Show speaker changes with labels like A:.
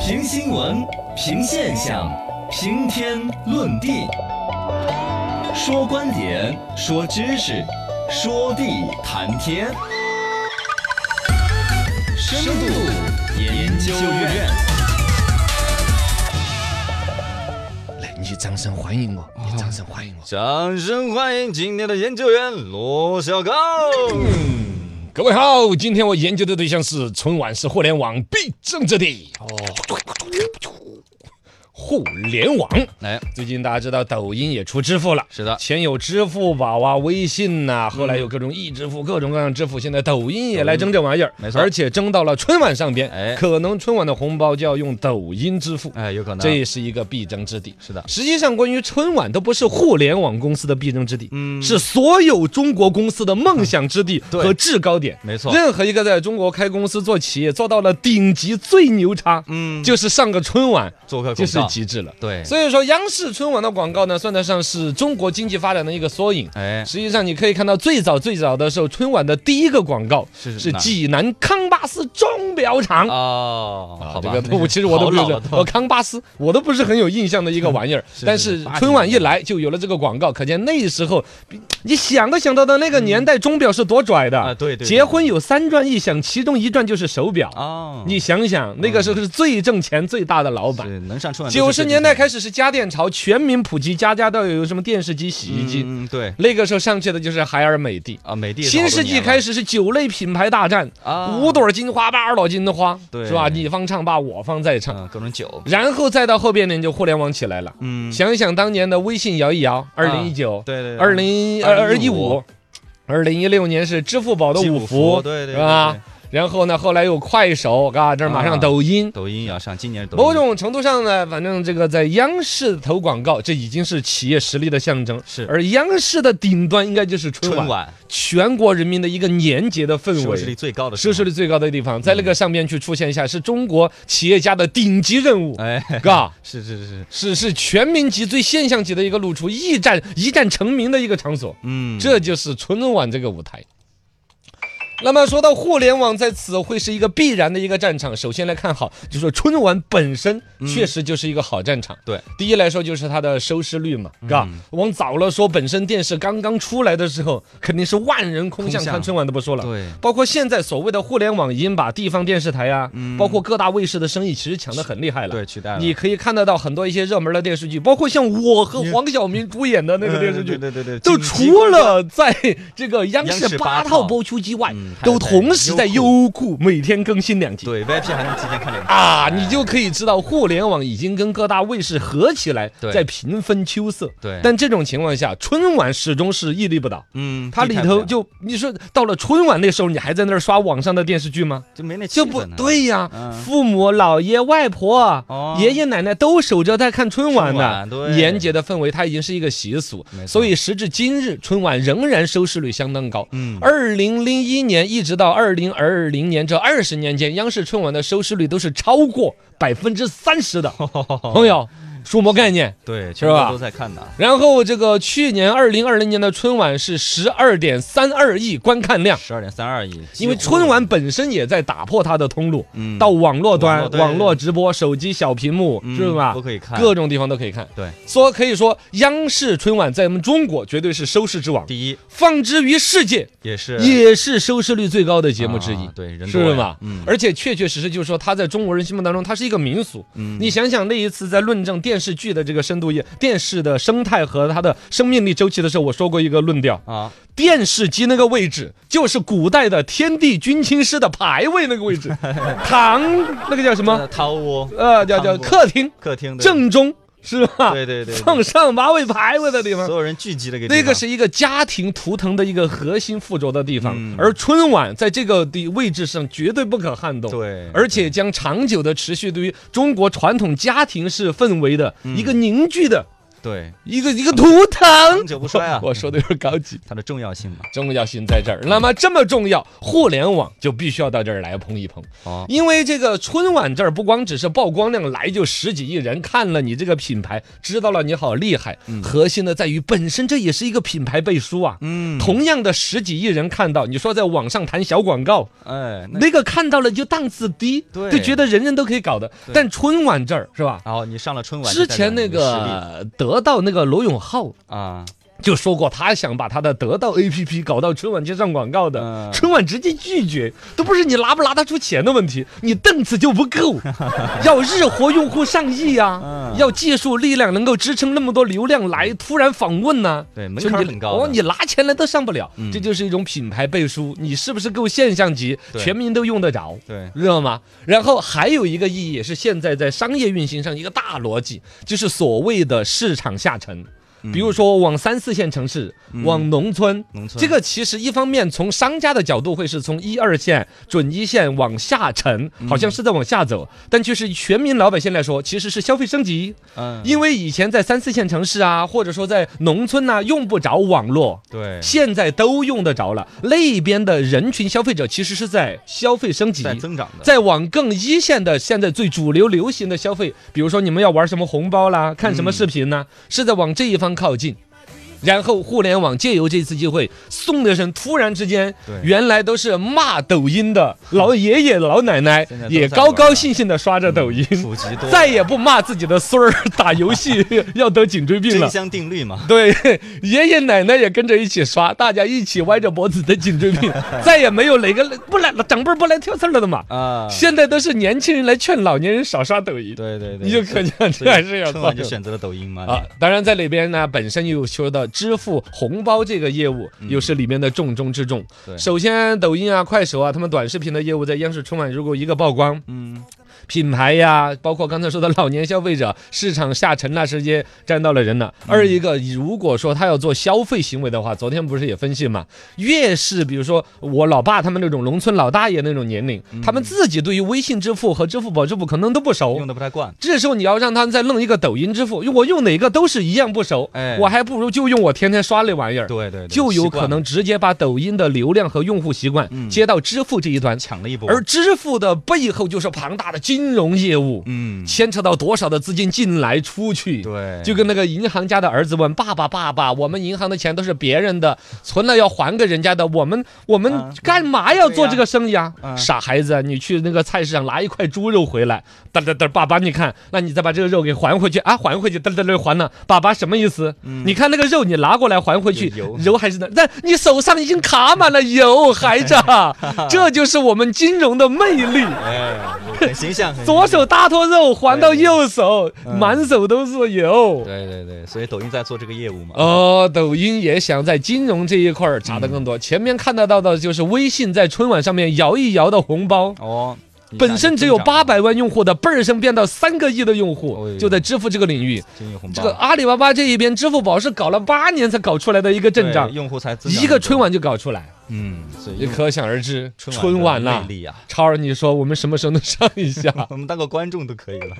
A: 评新闻，评现象，评天论地，说观点，说知识，说地谈天。深度研究院，
B: 来，你掌声欢迎我，你掌声欢迎我。
A: 掌声欢迎今天的研究员罗小刚。
B: 嗯各位好，今天我研究的对象是春晚是互联网必争之地哦。互联网，
A: 来，
B: 最近大家知道抖音也出支付了，
A: 是的
B: 前有支付宝啊、微信呐、后来有各种易支付、各种各样支付，现在抖音也来争这玩意儿，
A: 没错
B: 而且争到了春晚上边，
A: 哎
B: 可能春晚的红包就要用抖音支付，
A: 哎，有可能，
B: 这也是一个必争之地。
A: 是的，
B: 实际上，关于春晚都不是互联网公司的必争之地，
A: 嗯
B: 是所有中国公司的梦想之地
A: 对
B: 和制高点。
A: 没错
B: 任何一个在中国开公司做企业做到了顶级最牛叉，
A: 嗯，
B: 就是上个春晚
A: 做客
B: 就
A: 广
B: 是
A: 告，
B: 极致了。
A: 对，
B: 所以说，央视春晚的广告呢，算得上是中国经济发展的一个缩影。
A: 哎，
B: 实际上，你可以看到最早最早的时候，春晚的第一个广告
A: 是
B: 是
A: 哪
B: 济南康巴斯钟表厂。
A: 哦，好
B: 这
A: 吧，
B: 个
A: 那
B: 我
A: 是
B: 其实我都
A: 好
B: 不哦
A: 老
B: 是
A: 了，
B: 我呃康巴斯我都不是很有印象的一个玩意儿，
A: 是
B: 但
A: 是
B: 是
A: 80
B: 春晚一来就有了这个广告，可见那时候比你想都想到的那个年代钟表是多拽的
A: 啊对对对
B: 结婚有三转一响，其中一转就是手表，
A: 哦，
B: 你想想那个时候是最挣钱最大的老板。
A: 是能上春晚都
B: 九十
A: 是这
B: 年代
A: 种
B: 开始是家电潮，全民普及，家家都有什么电视机、洗衣机，
A: 嗯，对
B: 那个时候上去的就是海尔、美的。
A: 啊，美的也是好
B: 新
A: 多
B: 世纪
A: 年了
B: 开始是九类品牌大战，
A: 啊，
B: 五朵金花，八朵金花，
A: 对
B: 是吧？你方唱罢我方再唱，
A: 嗯，各种酒，
B: 然后再到后边呢，就互联网起来了。
A: 嗯，啊
B: 想一想当年的微信摇一摇，二零一九、
A: 对对，对
B: 二零二二一五、二零一六年是支付宝的
A: 进
B: 五
A: 五
B: 福，
A: 对对
B: 是吧
A: 对？
B: 然后呢，后来有快手，嘎，这儿马
A: 啊
B: 上抖音。
A: 抖音也要上，今年是抖音
B: 某种程度上呢，反正这个在央视投广告，这已经是企业实力的象征。
A: 是
B: 而央视的顶端应该就是春晚，
A: 春晚
B: 全国人民的一个粘结的氛
A: 收
B: 围，
A: 视率最高的嗯时
B: 收
A: 候
B: 视率最高的地方，在那个上面去出现一下，是中国企业家的顶级任务，
A: 哎，
B: 嘎，
A: 是是是是，
B: 是是全民级最现象级的一个露出，一战一战成名的一个场所，
A: 嗯，
B: 这就是春晚这个舞台。那么说到互联网，在此会是一个必然的一个战场。首先来看好，就说春晚本身确实就是一个好战场。
A: 嗯对，嗯
B: 第一来说就是它的收视率嘛，嘎、往早了说，本身电视刚刚出来的时候，肯定是万人空巷
A: 空巷
B: 看春晚都不说了。
A: 对
B: 包括现在所谓的互联网已经把地方电视台啊，包括各大卫视的生意其实抢得很厉害了。
A: 嗯对取代了
B: 你可以看得到很多一些热门的电视剧，包括像我和黄晓明主演的那个电视剧
A: 嗯。对对对对，
B: 就
A: 紧急
B: 除了在这个央
A: 央
B: 视
A: 视
B: 八
A: 八
B: 套
A: 套
B: 播出之外
A: 嗯，还有
B: 都
A: 在
B: 同时在
A: 优
B: 优酷每天更新两集。
A: 对 VIP 还能提前看两集
B: 啊，你就可以知道互联网已经跟各大卫视合起来
A: 对
B: 在平分秋色。
A: 对
B: 但这种情况下，春晚始终是屹立不倒。
A: 嗯，
B: 它里
A: 避开不
B: 头
A: 了
B: 就你说到了春晚那时候，你还在那儿刷网上的电视剧吗？
A: 就没那气
B: 就不
A: 氛了，
B: 对呀，
A: 嗯
B: 父母、姥爷、外婆、
A: 哦
B: 爷爷奶奶都守着在看春晚呢。
A: 春晚对
B: 年节的氛围它已经是一个习俗
A: 没，错
B: 所以时至今日，春晚仍然收视率相当高。
A: 嗯，
B: 二零零一年一直到二零二零年这二十年间，央视春晚的收视率都是超过百分之三十的，
A: 哦
B: 朋友，数模概念。
A: 对，全国
B: 吧
A: 都在看呢，
B: 然后这个去年二零二零年的春晚是十二点三二亿观看量，
A: 十二点三二亿，
B: 因为
A: 几乎
B: 春晚本身也在打破它的通路，
A: 嗯
B: 到网络端、
A: 网
B: 网
A: 络
B: 络
A: 对
B: 直播、手机小屏幕，
A: 嗯
B: 是吧？
A: 都可以看
B: 各种地方都可以看。
A: 对，
B: 所以可以说，央视春晚在我们中国绝对是收视之王，
A: 第一
B: 放之于世界
A: 也是
B: 也是收视率最高的节目之一。
A: 啊对，人
B: 是
A: 多呀
B: 吧？
A: 嗯，
B: 而且确确实实就是说，它在中国人心目当中，它是一个民俗。
A: 嗯
B: 你想想那一次在论证电视剧的这个深度也、电视的生态和它的生命力周期的时候，我说过一个论调：
A: 啊，
B: 电视机那个位置就是古代的天地军亲师的牌位那个位 置，堂那个叫什么？
A: 呃掏窝
B: 呃，叫叫
A: 堂屋
B: 客厅
A: 客厅的
B: 正中是吧？
A: 对对对对
B: 放上八位牌位的地方
A: 所。有人聚集的一个地
B: 那个
A: 方
B: 是一个家庭图腾的一个核心附着的地方，
A: 嗯
B: 而春晚在这个地位置上绝对不可撼动。
A: 对，
B: 而且将
A: 嗯
B: 长久的持续对于中国传统家庭式氛围的一个凝聚的
A: 对，
B: 一个一个图
A: 长
B: 腾。
A: 久不衰啊
B: ，我说的有点高级，
A: 它的重要性嘛。
B: 重要性在这儿。那么这么重要，互联网就必须要到这儿来碰一碰。
A: 哦，
B: 因为这个春晚这儿不光只是曝光量来就十几亿人看了你这个品牌，知道了你好厉害，核心的在于本身这也是一个品牌背书啊。
A: 嗯，
B: 同样的十几亿人看到，你说在网上谈小广告，
A: 哎，那
B: 那个看到了就档次低，
A: 对
B: 就觉得人人都可以搞的。
A: 对
B: 但春晚这儿是吧？
A: 然后你上了春晚就
B: 之
A: 代表
B: 前
A: 你
B: 那
A: 的实力
B: 个得到那个罗永浩
A: 啊，
B: 就说过，他想把他的得到 APP 搞到春晚去上广告的，
A: 嗯
B: 春晚直接拒绝，都不是你拿不拿得出钱的问题，你档次就不 够，要日活用户上亿啊，
A: 嗯
B: 要技术力量能够支撑那么多流量来突然访问呢、
A: 对门
B: 就
A: 槛
B: 你
A: 很高
B: 哦，
A: 的
B: 你拿钱来都上不了，
A: 嗯
B: 这就是一种品牌背书，你是不是够现象级，
A: 对
B: 全民都用得着？
A: 对，
B: 知道吗？然后还有一个意义，也是现在在商业运行上一个大逻辑，就是所谓的市场下沉。比如说往三四线城市、往农村，
A: 嗯农村
B: 这个其实一方面从商家的角度会是从一二线、准一线往下沉，
A: 嗯
B: 好像是在往下走，但却是全民老百姓来说，其实是消费升级，
A: 嗯，
B: 因为以前在三四线城市啊，或者说在农村呐、用不着网络，
A: 对，
B: 现在都用得着了。那边的人群消费者其实是在消费升级，
A: 在增长的，
B: 再往更一线的，现在最主流流行的消费，比如说你们要玩什么红包啦，看什么视频
A: 嗯
B: 呢，是在往这一方靠近。然后互联网借由这次机会，宋德胜突然之间
A: 对，
B: 原来都是骂抖音的老爷爷老奶奶
A: 现在，都嗯
B: 也
A: 在
B: 高
A: 玩
B: 高
A: 了
B: 兴兴的刷着抖音，
A: 普及多，
B: 再也不骂自己的孙儿打游戏 要得颈椎病了
A: 真。香定律嘛，
B: 对， 爷爷奶奶也跟着一起刷，大家一起歪着脖子得颈椎 病，再也没有哪个不来长辈儿不来挑刺儿了的嘛。
A: 啊，
B: 现在都是年轻人来劝老年人少刷抖音，
A: 对对对，
B: 你就可见
A: 所
B: 这
A: 以
B: 还是要
A: 春晚
B: 造
A: 就
B: 成
A: 选择了抖音嘛，
B: 啊，当然在里边呢，本身又说到支付红包这个业务，又是里面的重中之重。
A: 嗯对
B: 首先抖音啊、快手啊，他们短视频的业务在央视春晚如果一个曝光，
A: 嗯，
B: 品牌呀，包括刚才说的老年消费者市场下沉那直接占到了人了。
A: 嗯
B: 二一个，如果说他要做消费行为的话，昨天不是也分析嘛，越是比如说我老爸他们那种农村老大爷那种年龄，
A: 嗯
B: 他们自己对于微信支付和支付宝支付可能都不熟
A: 用。的不太惯，
B: 这时候你要让他们再弄一个抖音支付，我用哪个都是一样不熟，
A: 哎
B: 我还不如就用我天天刷那玩意儿，
A: 对对，对
B: 就有
A: 习惯
B: 可能直接把抖音的流量和用户习惯
A: 嗯
B: 接到支付这一端，
A: 抢了一波，
B: 而支付的背后就是庞大的金融业务，
A: 嗯，
B: 牵扯到多少的资金进来出去。。
A: 对，
B: 就跟那个银行家的儿子问爸爸：“爸爸，我们银行的钱都是别人的，存了要还给人家的，我们我们
A: 嗯
B: 干嘛要做这个生意啊？”
A: 嗯
B: 傻孩子，你去那个菜市场拿一块猪肉回来，噔噔噔，爸爸你看，那你再把这个肉给还回去啊，还回去，噔噔噔还呢，爸爸什么意思？你看那个肉你拿过来还回去
A: 嗯有油，
B: 油还是那，但你手上已经卡满了油，孩子啊， 这就是我们金融的魅力。
A: 哎，很形象，很
B: 左
A: 形象。
B: 手搭托肉还到右手，
A: 嗯
B: 满手都是油。
A: 对对对，所以抖音在做这个业务嘛。
B: 哦，抖音也想在金融这一块儿查得更
A: 嗯
B: 多。前面看得到的就是微信在春晚上面摇一摇的红包，
A: 哦，一下
B: 呃本身只有
A: 就增长
B: 八百万用户的，倍儿声变到三个亿的用
A: 哦
B: 户，
A: 呦
B: 就在支付这个领域。
A: 金融红包
B: 这个阿里巴巴这一边，支付宝是搞了八年才搞出来的一个阵
A: 对
B: 仗，
A: 用户才增长
B: 一个
A: 很多
B: 春，晚就搞出来，
A: 嗯，所以
B: 也可想而知，
A: 用
B: 春晚
A: 的
B: 呐
A: 魅。力啊，
B: 超儿，你说我们什么时候能上一下？
A: 我们当个观众都可以了。